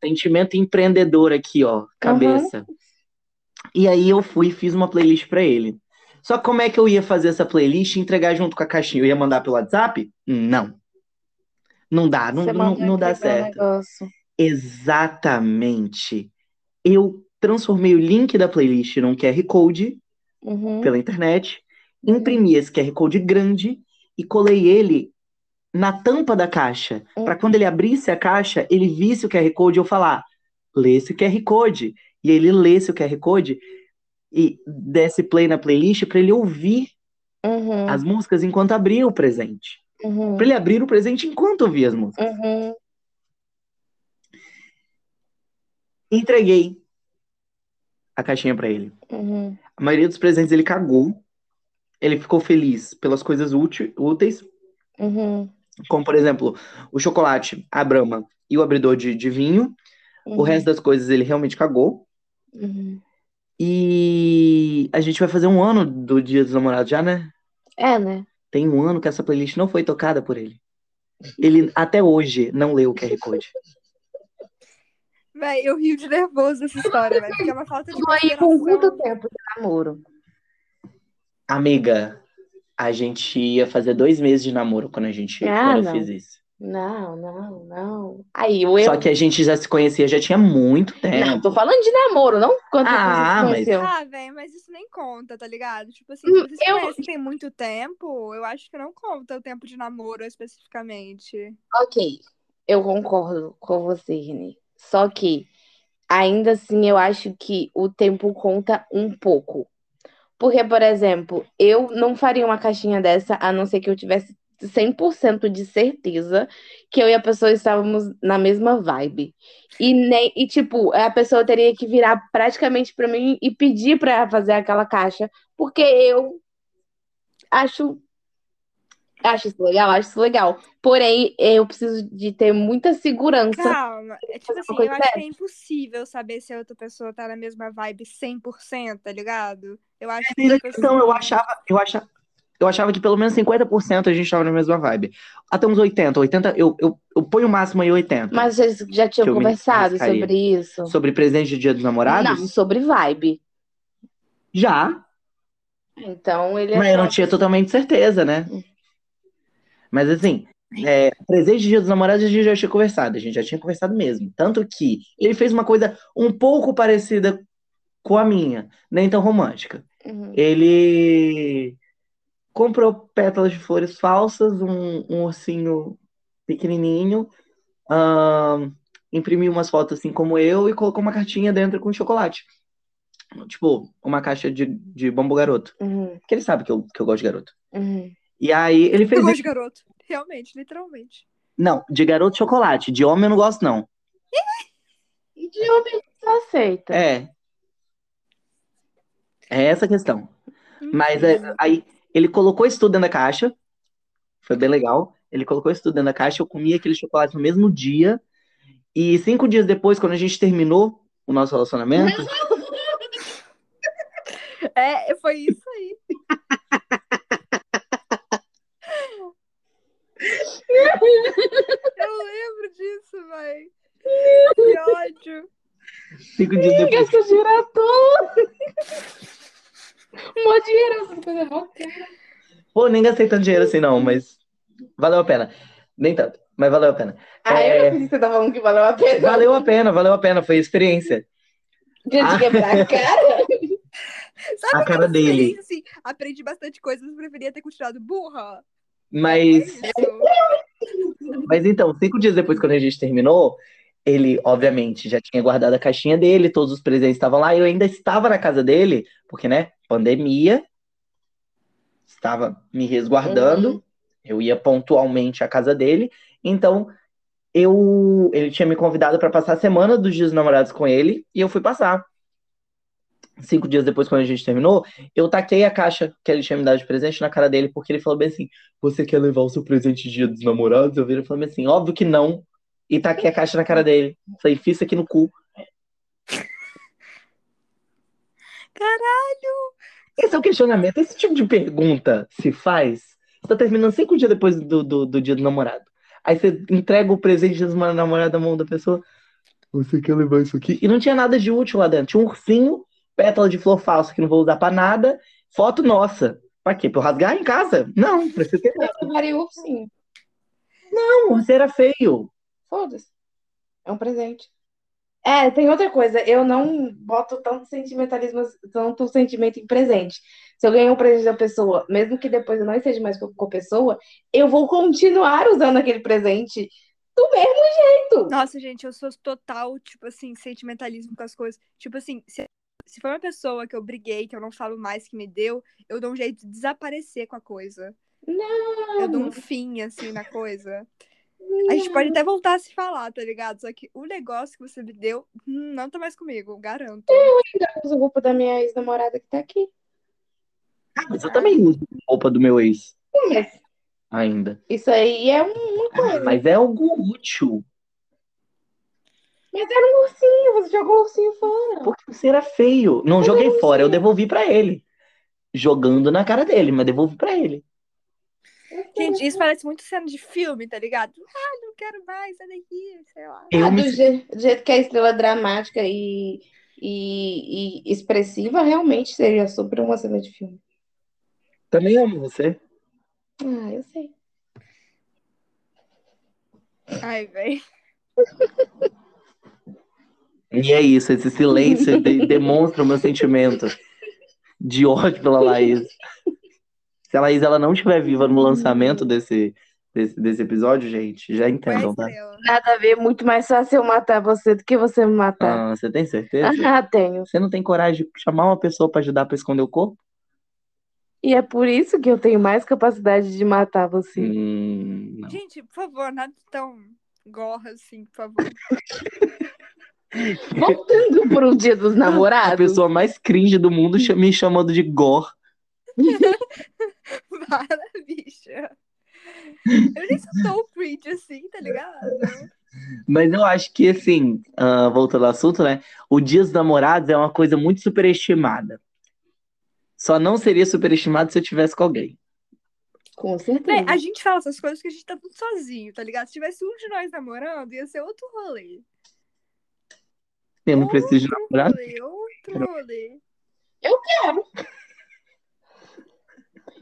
Speaker 3: sentimento empreendedor aqui, ó, cabeça. E aí eu fui e fiz uma playlist pra ele. Só que como é que eu ia fazer essa playlist e entregar junto com a caixinha? Eu ia mandar pelo WhatsApp? Não. Não dá, Ah, não,
Speaker 2: Você
Speaker 3: não,
Speaker 2: mandou
Speaker 3: não
Speaker 2: entregar
Speaker 3: dá
Speaker 2: o
Speaker 3: certo.
Speaker 2: negócio.
Speaker 3: Exatamente. Eu transformei o link da playlist num QR Code
Speaker 2: Uhum.
Speaker 3: pela internet, imprimi esse QR Code grande e colei ele na tampa da caixa,
Speaker 2: Hum.
Speaker 3: Pra quando ele abrisse a caixa, ele visse o QR Code e eu falar: lê esse QR Code. E ele lesse o QR Code e desse play na playlist pra ele ouvir
Speaker 2: Uhum.
Speaker 3: as músicas enquanto abria o presente.
Speaker 2: Uhum.
Speaker 3: Pra ele abrir o presente enquanto ouvia as músicas.
Speaker 2: Uhum.
Speaker 3: Entreguei a caixinha pra ele.
Speaker 2: Uhum.
Speaker 3: A maioria dos presentes ele cagou. Ele ficou feliz pelas coisas úti- úteis,
Speaker 2: Uhum.
Speaker 3: como por exemplo, o chocolate, a brama e o abridor de, de vinho. O resto das coisas ele realmente cagou.
Speaker 2: Uhum.
Speaker 3: E a gente vai fazer um ano do Dia dos Namorados já, né?
Speaker 2: É, né?
Speaker 3: Tem um ano que essa playlist não foi tocada por ele. Ele até hoje não leu o QR Code.
Speaker 1: Véi, eu rio de nervoso nessa história, velho. Porque é uma falta de
Speaker 2: Ficou aí com quanto
Speaker 1: consideração.
Speaker 2: tempo de namoro?
Speaker 3: Amiga, a gente ia fazer dois meses de namoro quando a gente
Speaker 2: Ah,
Speaker 3: quando eu
Speaker 2: não.
Speaker 3: fiz isso.
Speaker 2: Não, não, não. Aí, o eu.
Speaker 3: Só que a gente já se conhecia, já tinha muito tempo.
Speaker 2: Não, tô falando de namoro, não quanto
Speaker 3: Ah,
Speaker 2: tempo
Speaker 3: mas-
Speaker 2: você se conheceu.
Speaker 1: Ah, velho, mas isso nem conta, tá ligado? Tipo assim,
Speaker 2: Hum,
Speaker 1: se vocês se
Speaker 2: eu-
Speaker 1: conhecem tem muito tempo, eu acho que não conta o tempo de namoro especificamente.
Speaker 2: Ok, eu concordo com você, Renê. Só que, ainda assim, eu acho que o tempo conta um pouco. Porque, por exemplo, eu não faria uma caixinha dessa a não ser que eu tivesse 100% de certeza que eu e a pessoa estávamos na mesma vibe. E, nem, e tipo, a pessoa teria que virar praticamente pra mim e pedir pra fazer aquela caixa, porque eu acho acho isso legal, acho isso legal. Porém, eu preciso de ter muita segurança.
Speaker 1: Calma, é tipo
Speaker 2: fazer uma
Speaker 1: assim, eu
Speaker 2: coisa
Speaker 1: acho que é impossível saber se a outra pessoa tá na mesma vibe 100%, tá ligado? Eu acho que, tipo assim,
Speaker 2: é.
Speaker 3: Então, eu achava, eu achava, eu achava que pelo menos 50% a gente tava na mesma vibe. Até uns 80, 80, eu, eu, eu ponho o máximo aí 80.
Speaker 2: Mas vocês já tinham
Speaker 3: Que eu me
Speaker 2: conversado
Speaker 3: arriscaria.
Speaker 2: sobre isso?
Speaker 3: Sobre presente de Dia dos Namorados?
Speaker 2: Não, sobre vibe.
Speaker 3: Já.
Speaker 2: Então, ele é
Speaker 3: Mas eu não
Speaker 2: só- Hum.
Speaker 3: tinha totalmente certeza, né? Mas assim, É, presente de Dia dos Namorados a gente já tinha conversado, a gente já tinha conversado mesmo. Tanto que ele fez uma coisa um pouco parecida com a minha, nem tão romântica.
Speaker 2: Uhum.
Speaker 3: Ele comprou pétalas de flores falsas, um, um ursinho pequenininho, ahn, imprimiu umas fotos assim como eu e colocou uma cartinha dentro com chocolate. Tipo, uma caixa de, de bombo garoto.
Speaker 2: Uhum.
Speaker 3: Porque ele sabe que eu, que eu gosto de garoto.
Speaker 2: Uhum.
Speaker 3: E aí ele fez.
Speaker 1: Eu gosto
Speaker 3: isso.
Speaker 1: de garoto. Realmente, literalmente.
Speaker 3: Não, de garoto chocolate. De homem eu não gosto, não.
Speaker 2: E de homem você
Speaker 1: Tá.
Speaker 2: aceita.
Speaker 3: É. É essa a questão.
Speaker 1: Hum.
Speaker 3: Mas é, aí ele colocou isso tudo dentro da caixa. Foi bem legal. Ele colocou isso tudo dentro da caixa. Eu comi aquele chocolate no mesmo dia. E cinco dias depois, quando a gente terminou o nosso relacionamento,
Speaker 1: É, foi isso aí. Eu lembro disso, véi. Que ódio.
Speaker 3: cinco dias depois.
Speaker 2: Gasta (laughs) giratória. Mó dinheiro, essas coisas mó cara.
Speaker 3: Pô, nem gastei tanto dinheiro assim, não, mas valeu a pena. Nem tanto, mas valeu a pena.
Speaker 2: Ah, eu
Speaker 3: É.
Speaker 2: não acredito que você tá falando que valeu a
Speaker 3: (laughs)
Speaker 2: pena.
Speaker 3: Valeu a pena, valeu a pena. Foi a experiência.
Speaker 2: Dia de
Speaker 3: Ah.
Speaker 2: quebrar a cara.
Speaker 1: Sabe
Speaker 3: A
Speaker 1: aquela
Speaker 3: cara dele.
Speaker 1: experiência, Assim, aprendi bastante coisa, mas preferia ter continuado burra. É
Speaker 3: Mas.
Speaker 1: isso.
Speaker 3: Mas então, cinco dias depois, quando a gente terminou, ele, obviamente, já tinha guardado a caixinha dele, todos os presentes estavam lá, eu ainda estava na casa dele, porque, né, pandemia, estava me resguardando,
Speaker 2: Uhum.
Speaker 3: eu ia pontualmente à casa dele, então eu, ele tinha me convidado para passar a semana dos dias dos namorados com ele, e eu fui passar. Cinco dias depois, quando a gente terminou, eu taquei a caixa que ele tinha me dado de presente na cara dele, porque ele falou bem assim, você quer levar o seu presente de dia dos namorados? Eu viro e falo assim, óbvio que não. E taquei a caixa na cara dele. Falei, fiz isso aqui no cu.
Speaker 1: Caralho!
Speaker 3: Esse é o questionamento. Esse tipo de pergunta se faz. Você tá terminando cinco dias depois do, do, do dia do namorado. Aí você entrega o presente do namorado na mão da pessoa. Você quer levar isso aqui? E não tinha nada de útil lá dentro. Tinha um ursinho, pétala de flor falsa que não vou usar pra nada. Foto nossa. Pra quê? Pra eu rasgar em casa? Não, pra você ter.
Speaker 2: Eu levaria o ursinho.
Speaker 3: Não, você era feio.
Speaker 2: Foda-se. É um presente. É, tem outra coisa. Eu não boto tanto sentimentalismo, tanto sentimento em presente. Se eu ganhar um presente da pessoa, mesmo que depois eu não esteja mais com com a pessoa, eu vou continuar usando aquele presente do mesmo jeito.
Speaker 1: Nossa, gente, eu sou total, tipo assim, sentimentalismo com as coisas. Tipo assim, se, se for uma pessoa que eu briguei, que eu não falo mais, que me deu, eu dou um jeito de desaparecer com a coisa. Eu dou um fim, assim, na coisa. A gente pode até voltar a se falar, tá ligado? Só que o negócio que você me deu hum, não tá mais comigo, garanto.
Speaker 2: Usa o roupa da minha ex-namorada que tá aqui.
Speaker 3: Ah, mas eu também uso roupa do meu ex
Speaker 2: Mas
Speaker 3: ainda.
Speaker 2: isso aí é uma coisa.
Speaker 3: Mas é algo útil.
Speaker 2: Mas era um ursinho, você jogou o ursinho fora.
Speaker 3: Porque você era feio. Não joguei fora, eu devolvi pra ele. Jogando na cara dele, mas devolvi pra ele.
Speaker 1: Gente, isso parece muito cena de filme, tá ligado? Ah, não quero mais, sai daqui, sei lá.
Speaker 3: Eu
Speaker 2: Ah,
Speaker 3: me
Speaker 2: do, je- do jeito que a estrela é dramática e, e, e expressiva, realmente seria super uma cena de filme.
Speaker 3: também amo você.
Speaker 2: Ah, eu sei.
Speaker 1: Ai, velho.
Speaker 3: E é isso, esse silêncio de- demonstra o meu sentimento de ódio pela Laís. Se a Laís ela não estiver viva no lançamento desse, desse, desse episódio, gente, já
Speaker 1: é
Speaker 3: entendam, tá?
Speaker 2: Nada a ver, muito mais fácil eu matar você do que você me (laughs) matar.
Speaker 3: Ah, você tem certeza?
Speaker 2: Ah, tenho.
Speaker 3: Você não tem coragem de chamar uma pessoa pra ajudar pra esconder o corpo?
Speaker 2: E é por isso que eu tenho mais capacidade de matar você.
Speaker 3: Hum, não.
Speaker 1: Gente, por favor, nada tão gorra assim, por favor.
Speaker 3: (laughs)
Speaker 2: Voltando pro dia dos
Speaker 3: A
Speaker 2: namorados.
Speaker 3: pessoa mais cringe do mundo cha- me chamando de gore.
Speaker 1: Para, (laughs) bicha. Eu nem sou tão cringe assim, tá
Speaker 3: É.
Speaker 1: ligado?
Speaker 3: Mas eu acho que, assim, ah, voltando ao assunto, né? O Dia dos Namorados é uma coisa muito superestimada. Só não seria superestimado se eu tivesse com alguém.
Speaker 2: Com
Speaker 1: Véi,
Speaker 2: certeza.
Speaker 1: a gente fala essas coisas que a gente tá tudo sozinho, tá ligado? Se tivesse um de nós namorando, ia ser outro rolê.
Speaker 3: Eu não preciso de
Speaker 1: Outro
Speaker 3: namorado.
Speaker 1: rolê, outro rolê.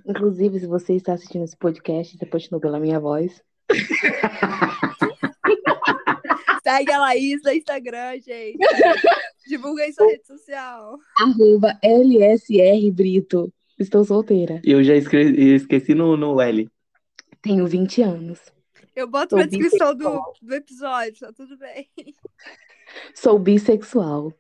Speaker 2: Inclusive, se você está assistindo esse podcast, você apaixonou pela minha voz.
Speaker 1: Segue a Laís no Instagram, gente. Divulga em sua rede social.
Speaker 2: Arroba LSR Brito. Estou solteira.
Speaker 3: Eu já escre- esqueci no, no L.
Speaker 2: Tenho 20 anos.
Speaker 1: Eu boto
Speaker 2: Sou
Speaker 1: na descrição do, do episódio, tá tudo bem.
Speaker 2: Sou bissexual.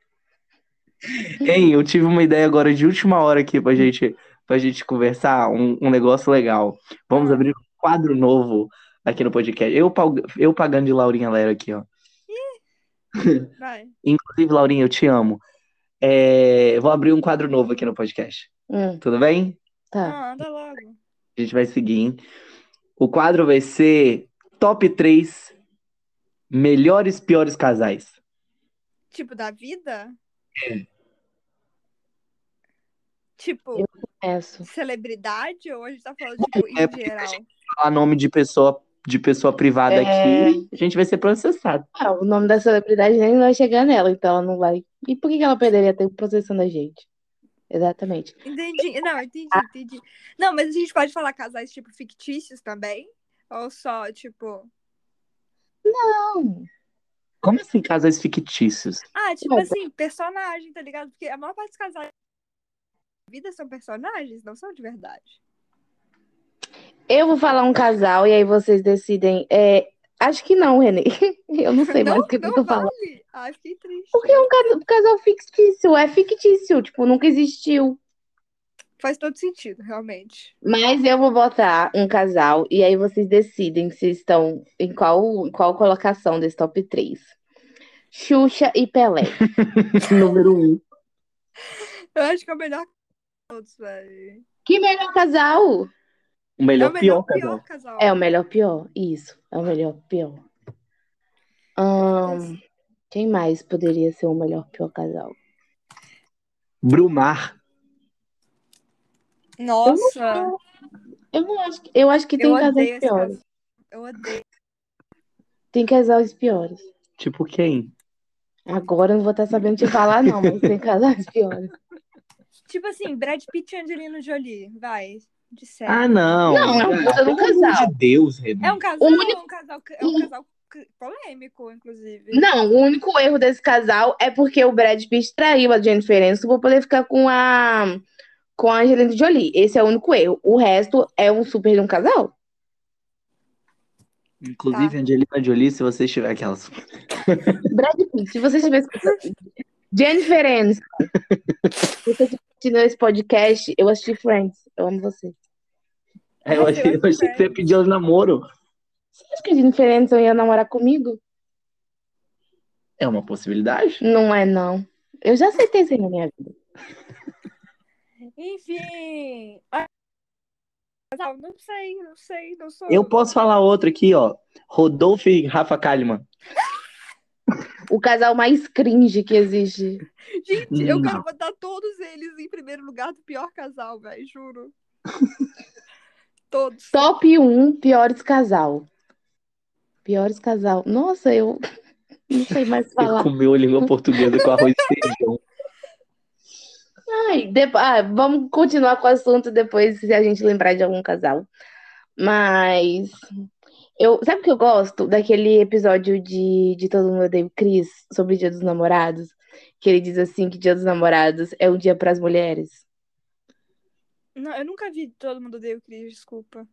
Speaker 3: Hein, eu tive uma ideia agora de última hora aqui pra gente, pra gente conversar, um, um negócio legal. Vamos abrir um quadro novo aqui no podcast. Eu, pau- eu pagando de Laurinha Lero aqui, ó.
Speaker 1: Vai.
Speaker 3: Inclusive, Laurinha, eu te amo. É, vou abrir um quadro novo aqui no podcast.
Speaker 2: Hum,
Speaker 3: Tudo bem?
Speaker 2: tá.
Speaker 1: Ah, anda logo.
Speaker 3: A gente vai seguir. hein? O quadro vai ser Top 3 Melhores Piores Casais.
Speaker 1: Tipo, da vida?
Speaker 3: É.
Speaker 1: Tipo,
Speaker 2: Começo.
Speaker 1: celebridade ou a gente tá falando tipo, em
Speaker 3: É, porque a
Speaker 1: geral?
Speaker 3: Falar nome de pessoa, de pessoa privada
Speaker 2: É.
Speaker 3: aqui, a gente vai ser processado.
Speaker 2: Ah, o nome da celebridade nem vai chegar nela, então ela não vai. E por que que ela perderia tempo processando a gente? Exatamente.
Speaker 1: Entendi. Não, entendi, entendi. Não, mas a gente pode falar casais, tipo, fictícios também? Ou só, tipo.
Speaker 2: Não,
Speaker 3: Como assim casais fictícios?
Speaker 1: Ah, tipo
Speaker 2: Não.
Speaker 1: assim, personagem, tá ligado? Porque a maior parte dos casais da vida são personagens, não são de verdade.
Speaker 2: eu vou falar um casal e aí vocês decidem. É, acho que não, Renê. (laughs) Eu não sei mais
Speaker 1: não,
Speaker 2: o que eu
Speaker 1: não
Speaker 2: tô falando.
Speaker 1: vale. Ai, fiquei triste.
Speaker 2: Porque é um casal, um casal fictício, é fictício, tipo, nunca existiu.
Speaker 1: Faz todo sentido, realmente.
Speaker 2: Mas eu vou botar um casal e aí vocês decidem se estão em qual, em qual colocação desse top 3. Xuxa e Pelé.
Speaker 3: Número 1.
Speaker 1: Eu acho que é o melhor de todos, velho.
Speaker 2: Que melhor casal?
Speaker 3: O
Speaker 1: É
Speaker 3: melhor
Speaker 1: o
Speaker 3: pior
Speaker 1: melhor
Speaker 3: casal.
Speaker 1: casal.
Speaker 2: É o melhor pior, isso. É o melhor pior. Ahn, quem mais poderia ser o melhor pior casal?
Speaker 3: Brumar.
Speaker 1: Nossa,
Speaker 2: Eu não acho que, eu acho que tem
Speaker 1: eu
Speaker 2: casais
Speaker 1: odeio esse
Speaker 2: piores.
Speaker 1: casal. Eu odeio.
Speaker 2: Tem casais piores.
Speaker 3: Tipo quem?
Speaker 2: Agora eu não vou estar sabendo te falar, não, mas
Speaker 1: (laughs)
Speaker 2: tem casais piores.
Speaker 1: Tipo assim, Brad Pitt e Angelina Jolie, vai. De série.
Speaker 3: Ah, não.
Speaker 2: Não, é um
Speaker 3: Ah,
Speaker 2: puta de um
Speaker 3: pelo amor
Speaker 2: casal.
Speaker 3: de Deus, Renan.
Speaker 1: É um casal,
Speaker 2: O
Speaker 1: é um casal, é
Speaker 3: Hum.
Speaker 1: um casal c- polêmico, inclusive.
Speaker 2: Não, o único erro desse casal é porque o Brad Pitt traiu a Jennifer Aniston pra poder ficar com a, com a Angelina Jolie. Esse é o único erro. O resto é um super de um casal.
Speaker 3: Inclusive,
Speaker 1: Tá.
Speaker 3: Angelina Jolie, se você estiver aquelas.
Speaker 2: Brad Pitt, se você estiver escutando.
Speaker 1: (laughs)
Speaker 2: Jennifer Aniston, se você estiver assistindo esse podcast, eu assisti Friends. Eu amo você.
Speaker 3: É, eu
Speaker 1: Mas eu
Speaker 3: achei, eu
Speaker 1: acho
Speaker 3: achei que você pediu namoro.
Speaker 2: Você acha que a Jennifer Aniston ia namorar comigo?
Speaker 3: É uma possibilidade.
Speaker 2: Não é, não. Eu já aceitei isso aí na minha vida.
Speaker 1: Enfim. ah, Casal, não sei, não sei, não sou.
Speaker 3: Eu posso falar outro aqui, ó. Rodolfo e Rafa Kalimann.
Speaker 2: O casal mais cringe que existe.
Speaker 1: Gente, eu
Speaker 3: Não.
Speaker 1: quero botar todos eles em primeiro lugar do pior casal, velho, juro.
Speaker 3: (laughs)
Speaker 1: todos.
Speaker 2: Top 1 piores casal. Piores casal. Nossa, eu (laughs) não sei mais
Speaker 3: Ele
Speaker 2: falar.
Speaker 3: comeu língua portuguesa com arroz e
Speaker 2: (laughs)
Speaker 3: feijão.
Speaker 2: Ai, de- ah, vamos continuar com o assunto depois, se a gente lembrar de algum casal. Mas eu, sabe o que eu gosto? Daquele episódio de, de Todo Mundo Odeia o Chris sobre o Dia dos Namorados, que ele diz assim que Dia dos Namorados é um dia para as mulheres.
Speaker 1: Não, eu nunca vi todo mundo odeia o Cris, desculpa.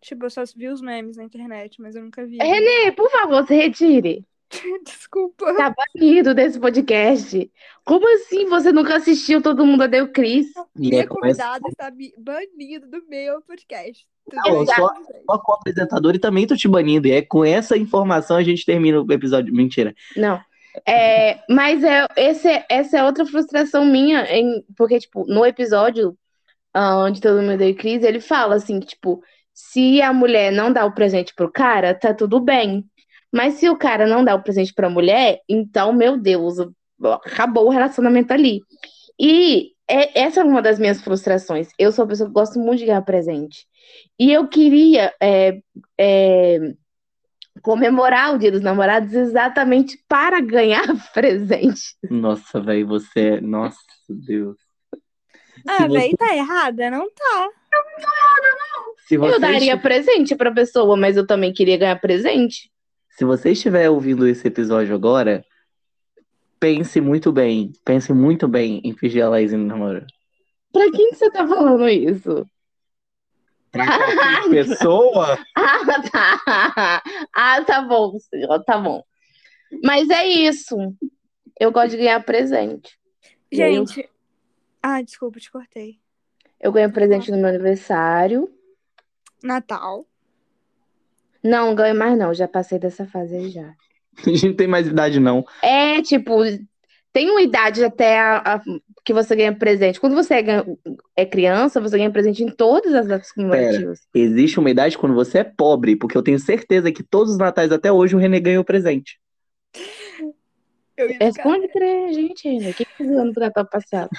Speaker 1: Tipo, eu só vi os memes na internet, mas eu nunca vi.
Speaker 3: É, né?
Speaker 2: Renê, por favor, se retire.
Speaker 1: (laughs) Desculpa.
Speaker 2: Tá banido desse podcast. Como assim você nunca assistiu Todo Mundo Odeia o Chris?
Speaker 3: E é
Speaker 1: Minha
Speaker 3: com essa.
Speaker 1: convidada está bi- banida do meu podcast. Tudo
Speaker 3: Não,
Speaker 1: bem,
Speaker 3: só-
Speaker 1: tudo bem.
Speaker 3: Só com o apresentador e também tô te banindo. E é com essa informação a gente termina o episódio. Mentira.
Speaker 2: Não. É, mas é, esse, é- essa é outra frustração minha, em- porque, tipo, no episódio ah, onde todo mundo deu crise, ele fala assim, que, tipo, se a mulher não dá o presente pro cara, tá tudo bem. Mas se o cara não dá o presente pra mulher, então, meu Deus, acabou o relacionamento ali. E é- essa é uma das minhas frustrações. Eu sou uma pessoa que gosto muito de ganhar presente. E eu queria é, é, comemorar o Dia dos Namorados exatamente para ganhar (laughs) presente.
Speaker 3: Nossa, velho, você. Nossa, Deus.
Speaker 1: Ah,
Speaker 3: Se você-
Speaker 1: velho, tá errada? Não tá.
Speaker 3: Se você,
Speaker 2: Eu daria
Speaker 3: esti-
Speaker 2: presente pra pessoa, mas eu também queria ganhar presente.
Speaker 3: se você estiver ouvindo esse episódio agora, pense muito bem. Pense muito bem em pedir a Laís em
Speaker 2: (laughs)
Speaker 3: namoro.
Speaker 2: Pra quem que você tá falando isso? (laughs)
Speaker 3: Pra qualquer pessoa.
Speaker 2: Ah, tá. Ah, tá bom, senhor, tá bom. Mas é isso. Eu gosto de ganhar presente. E aí eu-
Speaker 1: Gente. Ah, desculpa, te cortei.
Speaker 2: Eu ganho presente no meu aniversário.
Speaker 1: Natal.
Speaker 2: Não, não ganho mais não, já passei dessa fase aí já.
Speaker 3: A gente não tem mais idade, não.
Speaker 2: É, tipo, tem uma idade até a- a- que você ganha presente. Quando você é, gan- é criança, você ganha presente em todas as datas comemorativas.
Speaker 3: Existe uma idade quando você é pobre, porque eu tenho certeza que todos os natais até hoje o René ganhou presente. (laughs)
Speaker 1: Eu ia ficar-
Speaker 2: Responde pra gente, Renan. O que que você ganhou no Natal passado?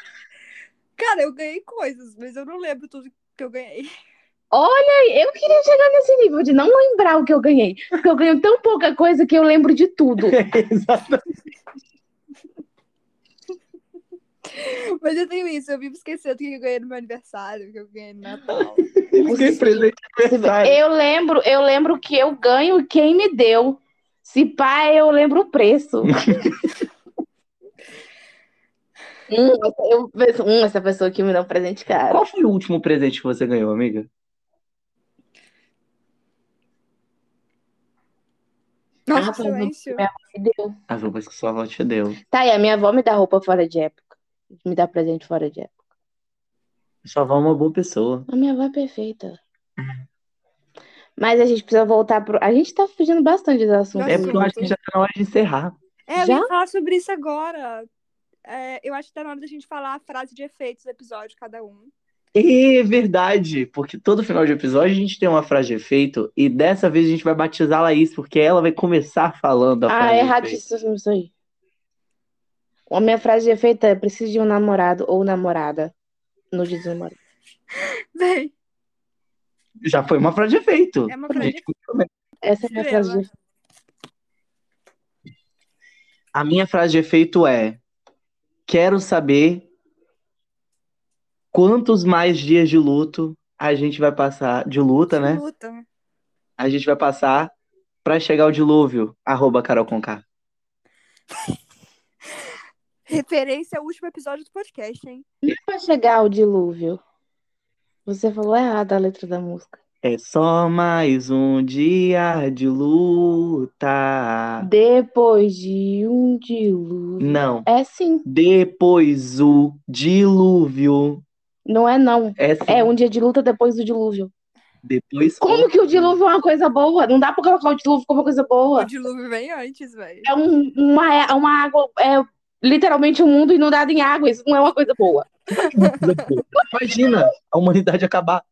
Speaker 1: Cara, eu ganhei coisas, mas eu não lembro tudo que eu ganhei. (laughs)
Speaker 2: Olha, eu queria chegar nesse nível de não lembrar o que eu ganhei. Porque eu ganho tão pouca coisa que eu lembro de tudo.
Speaker 3: Exatamente.
Speaker 1: Mas eu tenho isso, eu vivo esquecendo o que eu ganhei no meu aniversário, o que eu ganhei no (laughs) Natal.
Speaker 3: Ele ganhou presente de aniversário.
Speaker 2: Eu lembro, eu lembro que eu ganho e quem me deu. Se pá, eu lembro o preço. Hum, essa- eu penso, hum, essa pessoa que me deu um presente cara.
Speaker 3: Qual foi o último presente que você ganhou, amiga?
Speaker 1: Nossa,
Speaker 2: Ah,
Speaker 1: que silêncio.
Speaker 2: Me deu.
Speaker 3: As roupas que sua avó te deu.
Speaker 2: Tá aí, a minha avó me dá roupa fora de época. Me dá presente fora de época.
Speaker 3: Sua avó é uma boa pessoa.
Speaker 2: A minha avó é perfeita. Mas a gente precisa voltar pro. A gente tá fugindo bastante dos assuntos.
Speaker 3: É porque eu acho que já tá na hora de encerrar.
Speaker 1: É, eu
Speaker 2: Já?
Speaker 1: ia falar sobre isso agora. É, eu acho que tá na hora da gente falar a frase de efeitos do episódio, cada um.
Speaker 3: É verdade, porque todo final de episódio a gente tem uma frase de efeito e dessa vez a gente vai batizar a Laís, porque ela vai começar falando a frase
Speaker 2: Ah,
Speaker 3: de
Speaker 2: é errado
Speaker 3: efeito.
Speaker 2: isso isso aí. A minha frase de efeito é: preciso de um namorado ou namorada. No Jesus
Speaker 1: Bem,
Speaker 3: Já foi uma frase de efeito.
Speaker 1: É uma
Speaker 3: A
Speaker 1: frase de
Speaker 3: gente começou.
Speaker 2: Essa é a minha
Speaker 1: Estrela.
Speaker 2: frase de efeito.
Speaker 3: A minha frase de efeito é: Quero saber quantos mais dias de luto a gente vai passar, de luta, né?
Speaker 1: luta. né?
Speaker 3: A gente vai passar pra chegar ao dilúvio. Arroba Carol Conká.
Speaker 1: Referência ao último episódio do podcast, hein?
Speaker 2: Pra chegar o dilúvio, você falou errado a letra da música.
Speaker 3: É só mais um dia de luta.
Speaker 2: Depois de um dilúvio.
Speaker 3: Não.
Speaker 2: É sim,
Speaker 3: Depois o dilúvio.
Speaker 2: não é não.
Speaker 3: É, sim.
Speaker 2: É um dia de luta depois do dilúvio.
Speaker 3: Depois.
Speaker 2: Como que o dilúvio é uma coisa boa? Não dá pra colocar o dilúvio como uma coisa
Speaker 1: O
Speaker 2: boa.
Speaker 1: dilúvio vem antes, (laughs) velho.
Speaker 2: É um- uma, é uma água, é literalmente um mundo inundado em água. Isso não é uma coisa boa.
Speaker 3: (laughs) Imagina a humanidade acabar.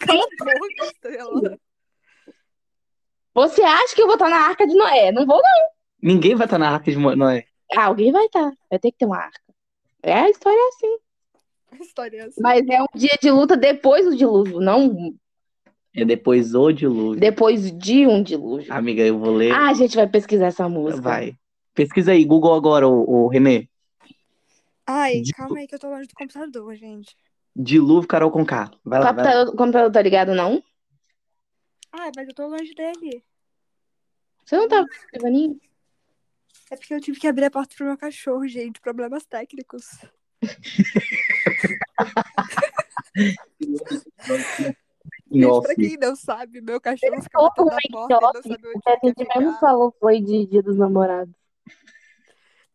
Speaker 1: Cala a boca, estrela.
Speaker 2: Você acha que eu vou estar na Arca de Noé? Não vou, não.
Speaker 3: Ninguém vai estar na arca de é? Noé.
Speaker 2: Ah, alguém vai estar. Vai ter que ter uma arca. É, a história é assim.
Speaker 1: Que História é essa.
Speaker 2: Mas é um dia de luta depois do dilúvio, não
Speaker 3: É depois o dilúvio.
Speaker 2: depois de um dilúvio.
Speaker 3: Amiga, eu vou ler.
Speaker 2: Ah, a gente vai pesquisar essa música.
Speaker 3: Vai. Pesquisa aí, Google agora, o, Renê.
Speaker 1: Ai,
Speaker 3: Dilu-
Speaker 1: calma aí que eu tô longe do computador, gente.
Speaker 3: Dilúvio Carol com K. Vai lá, vai lá.
Speaker 2: Computador, computador tá ligado, não?
Speaker 1: Ai, mas eu tô longe dele.
Speaker 2: Você não tá pesquisando? em-
Speaker 1: É porque eu tive que abrir a porta pro meu cachorro, gente. Problemas técnicos. Gente,
Speaker 3: Nossa,
Speaker 1: pra quem não sabe, meu cachorro fica
Speaker 2: Porra,
Speaker 1: batendo na
Speaker 2: mas
Speaker 1: porta e não
Speaker 2: off.
Speaker 1: sabe
Speaker 2: O
Speaker 1: onde ele
Speaker 2: que a gente
Speaker 1: quer
Speaker 2: mesmo
Speaker 1: ficar.
Speaker 2: falou foi de Dia dos Namorados.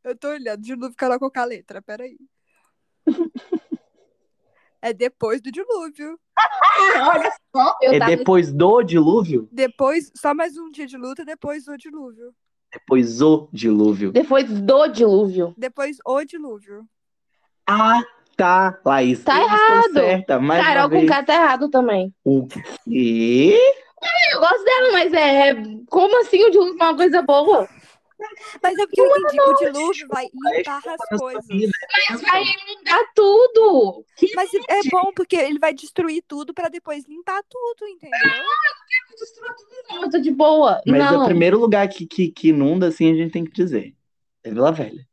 Speaker 1: Eu tô olhando de novo que ela colocar a letra, peraí. (laughs) É depois do dilúvio.
Speaker 2: Ah, olha só, eu
Speaker 3: É
Speaker 2: tava
Speaker 3: depois do dilúvio?
Speaker 1: Depois, só mais um dia de luta, depois o dilúvio.
Speaker 3: Depois o dilúvio.
Speaker 2: depois do dilúvio.
Speaker 1: Depois o dilúvio.
Speaker 3: Ah, tá, Laís.
Speaker 2: Tá
Speaker 3: eu estou
Speaker 2: errado.
Speaker 3: certa, mais uma
Speaker 2: Carol com
Speaker 3: vez.
Speaker 2: K tá errado também.
Speaker 3: O quê?
Speaker 2: Eu gosto dela, mas é. Como assim o dilúvio é uma coisa boa?
Speaker 1: Mas é porque eu entendi que o dilúvio vai limpar as
Speaker 3: né?
Speaker 1: coisas.
Speaker 2: Mas vai inundar tudo!
Speaker 1: Mas é bom porque ele vai destruir tudo pra depois limpar tudo, entendeu?
Speaker 2: Destrua tudo, não, eu tô de boa.
Speaker 3: Mas é
Speaker 2: não.
Speaker 3: o primeiro lugar que, que, que inunda, assim, a gente tem que dizer. É Vila Velha.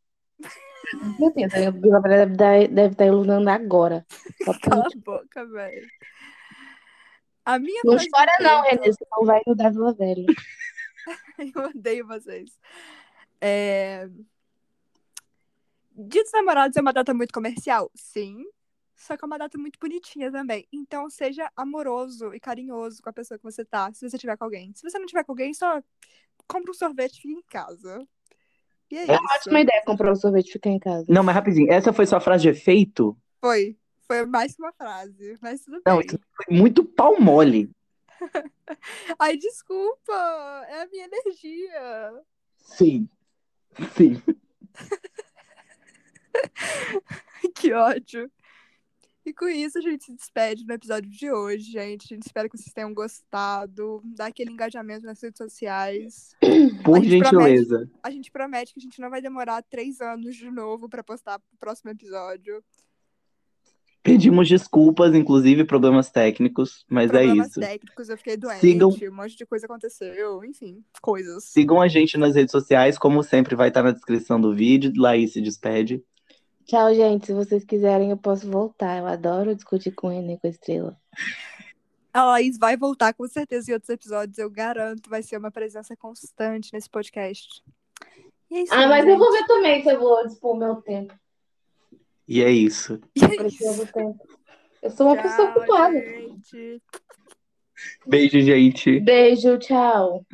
Speaker 2: Meu Deus, a Gabriela deve, dar- deve estar iluminando agora. Só
Speaker 1: (laughs)
Speaker 2: tá pra (laughs)
Speaker 1: Cala
Speaker 2: gente-
Speaker 1: a boca, velho. A minha
Speaker 2: Não
Speaker 1: frase
Speaker 2: chora não,
Speaker 1: feita-
Speaker 2: Renê, senão vai mudar Vila Velha.
Speaker 1: (laughs) Eu odeio vocês. É... Dia dos Namorados é uma data muito comercial? Sim. Só que é uma data muito bonitinha também. Então, seja amoroso e carinhoso com a pessoa que você tá, se você tiver com alguém. Se você não tiver com alguém, só compra um sorvete e fica em casa. E é,
Speaker 2: É uma
Speaker 1: isso.
Speaker 2: ótima ideia comprar um sorvete e ficar em casa.
Speaker 4: Não, mas rapidinho, essa foi sua frase de efeito?
Speaker 1: Foi. Foi mais uma frase, mas tudo
Speaker 3: Não,
Speaker 1: bem.
Speaker 3: isso- Foi muito pau mole.
Speaker 1: Ai, desculpa! É a minha energia.
Speaker 4: Sim. Sim.
Speaker 1: (laughs) Que ódio. E com isso a gente se despede no episódio de hoje, gente. A gente espera que vocês tenham gostado. Dá aquele engajamento nas redes sociais.
Speaker 4: Por
Speaker 1: A gente
Speaker 4: gentileza.
Speaker 1: A gente promete que a gente não vai demorar três anos de novo pra postar o próximo episódio.
Speaker 3: Pedimos desculpas, inclusive problemas técnicos, mas é
Speaker 1: Problemas
Speaker 3: isso.
Speaker 1: técnicos, eu fiquei doente,
Speaker 3: Sigam-
Speaker 1: um monte de coisa aconteceu, enfim, coisas.
Speaker 3: Sigam a gente nas redes sociais, como sempre, vai estar na descrição do vídeo. Laís se despede.
Speaker 2: Tchau, gente. Se vocês quiserem, eu posso voltar. Eu adoro discutir com o Renê com a estrela.
Speaker 1: A Laís vai voltar com certeza em outros episódios, eu garanto, vai ser uma presença constante nesse podcast. E é isso,
Speaker 2: Ah, mas
Speaker 1: gente.
Speaker 2: eu vou ver também se eu vou dispor meu tempo.
Speaker 3: E é isso.
Speaker 1: E é (laughs) isso.
Speaker 2: Preciso do tempo. Eu sou uma pessoa
Speaker 1: É Tchau,
Speaker 2: ocupada.
Speaker 1: gente.
Speaker 3: Beijo, gente.
Speaker 2: Beijo, tchau.